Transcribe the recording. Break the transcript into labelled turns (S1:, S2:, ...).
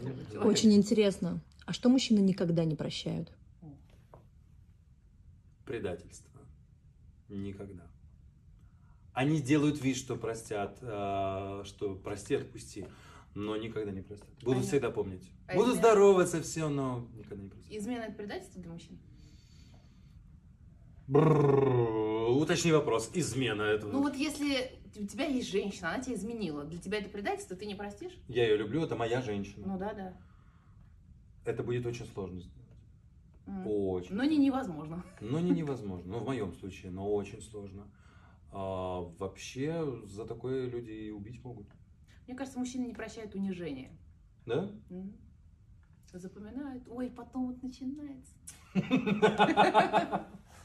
S1: человек.
S2: Очень интересно. А что мужчины никогда не прощают?
S1: Предательство. Никогда. Они делают вид, что простят, а, что прости, отпусти, но никогда не простят. Будут
S3: Понятно.
S1: всегда помнить.
S3: А
S1: Будут
S3: измена?
S1: здороваться, все, но никогда не простят.
S3: Измена это предательство для мужчин?
S1: Бррррр. Уточни вопрос. Измена это.
S3: Ну вот если у тебя есть женщина, она тебя изменила, для тебя это предательство, ты не простишь?
S1: Я ее люблю, это моя женщина.
S3: Ну да, да.
S1: Это будет очень сложно сделать.
S3: М.
S1: Очень.
S3: Но не невозможно.
S1: Но не невозможно. Ну, в моем случае, но очень сложно. А, вообще, за такое люди и убить могут.
S3: Мне кажется, мужчины не прощают унижения.
S1: Да?
S3: М. Запоминают. Ой, потом вот начинается.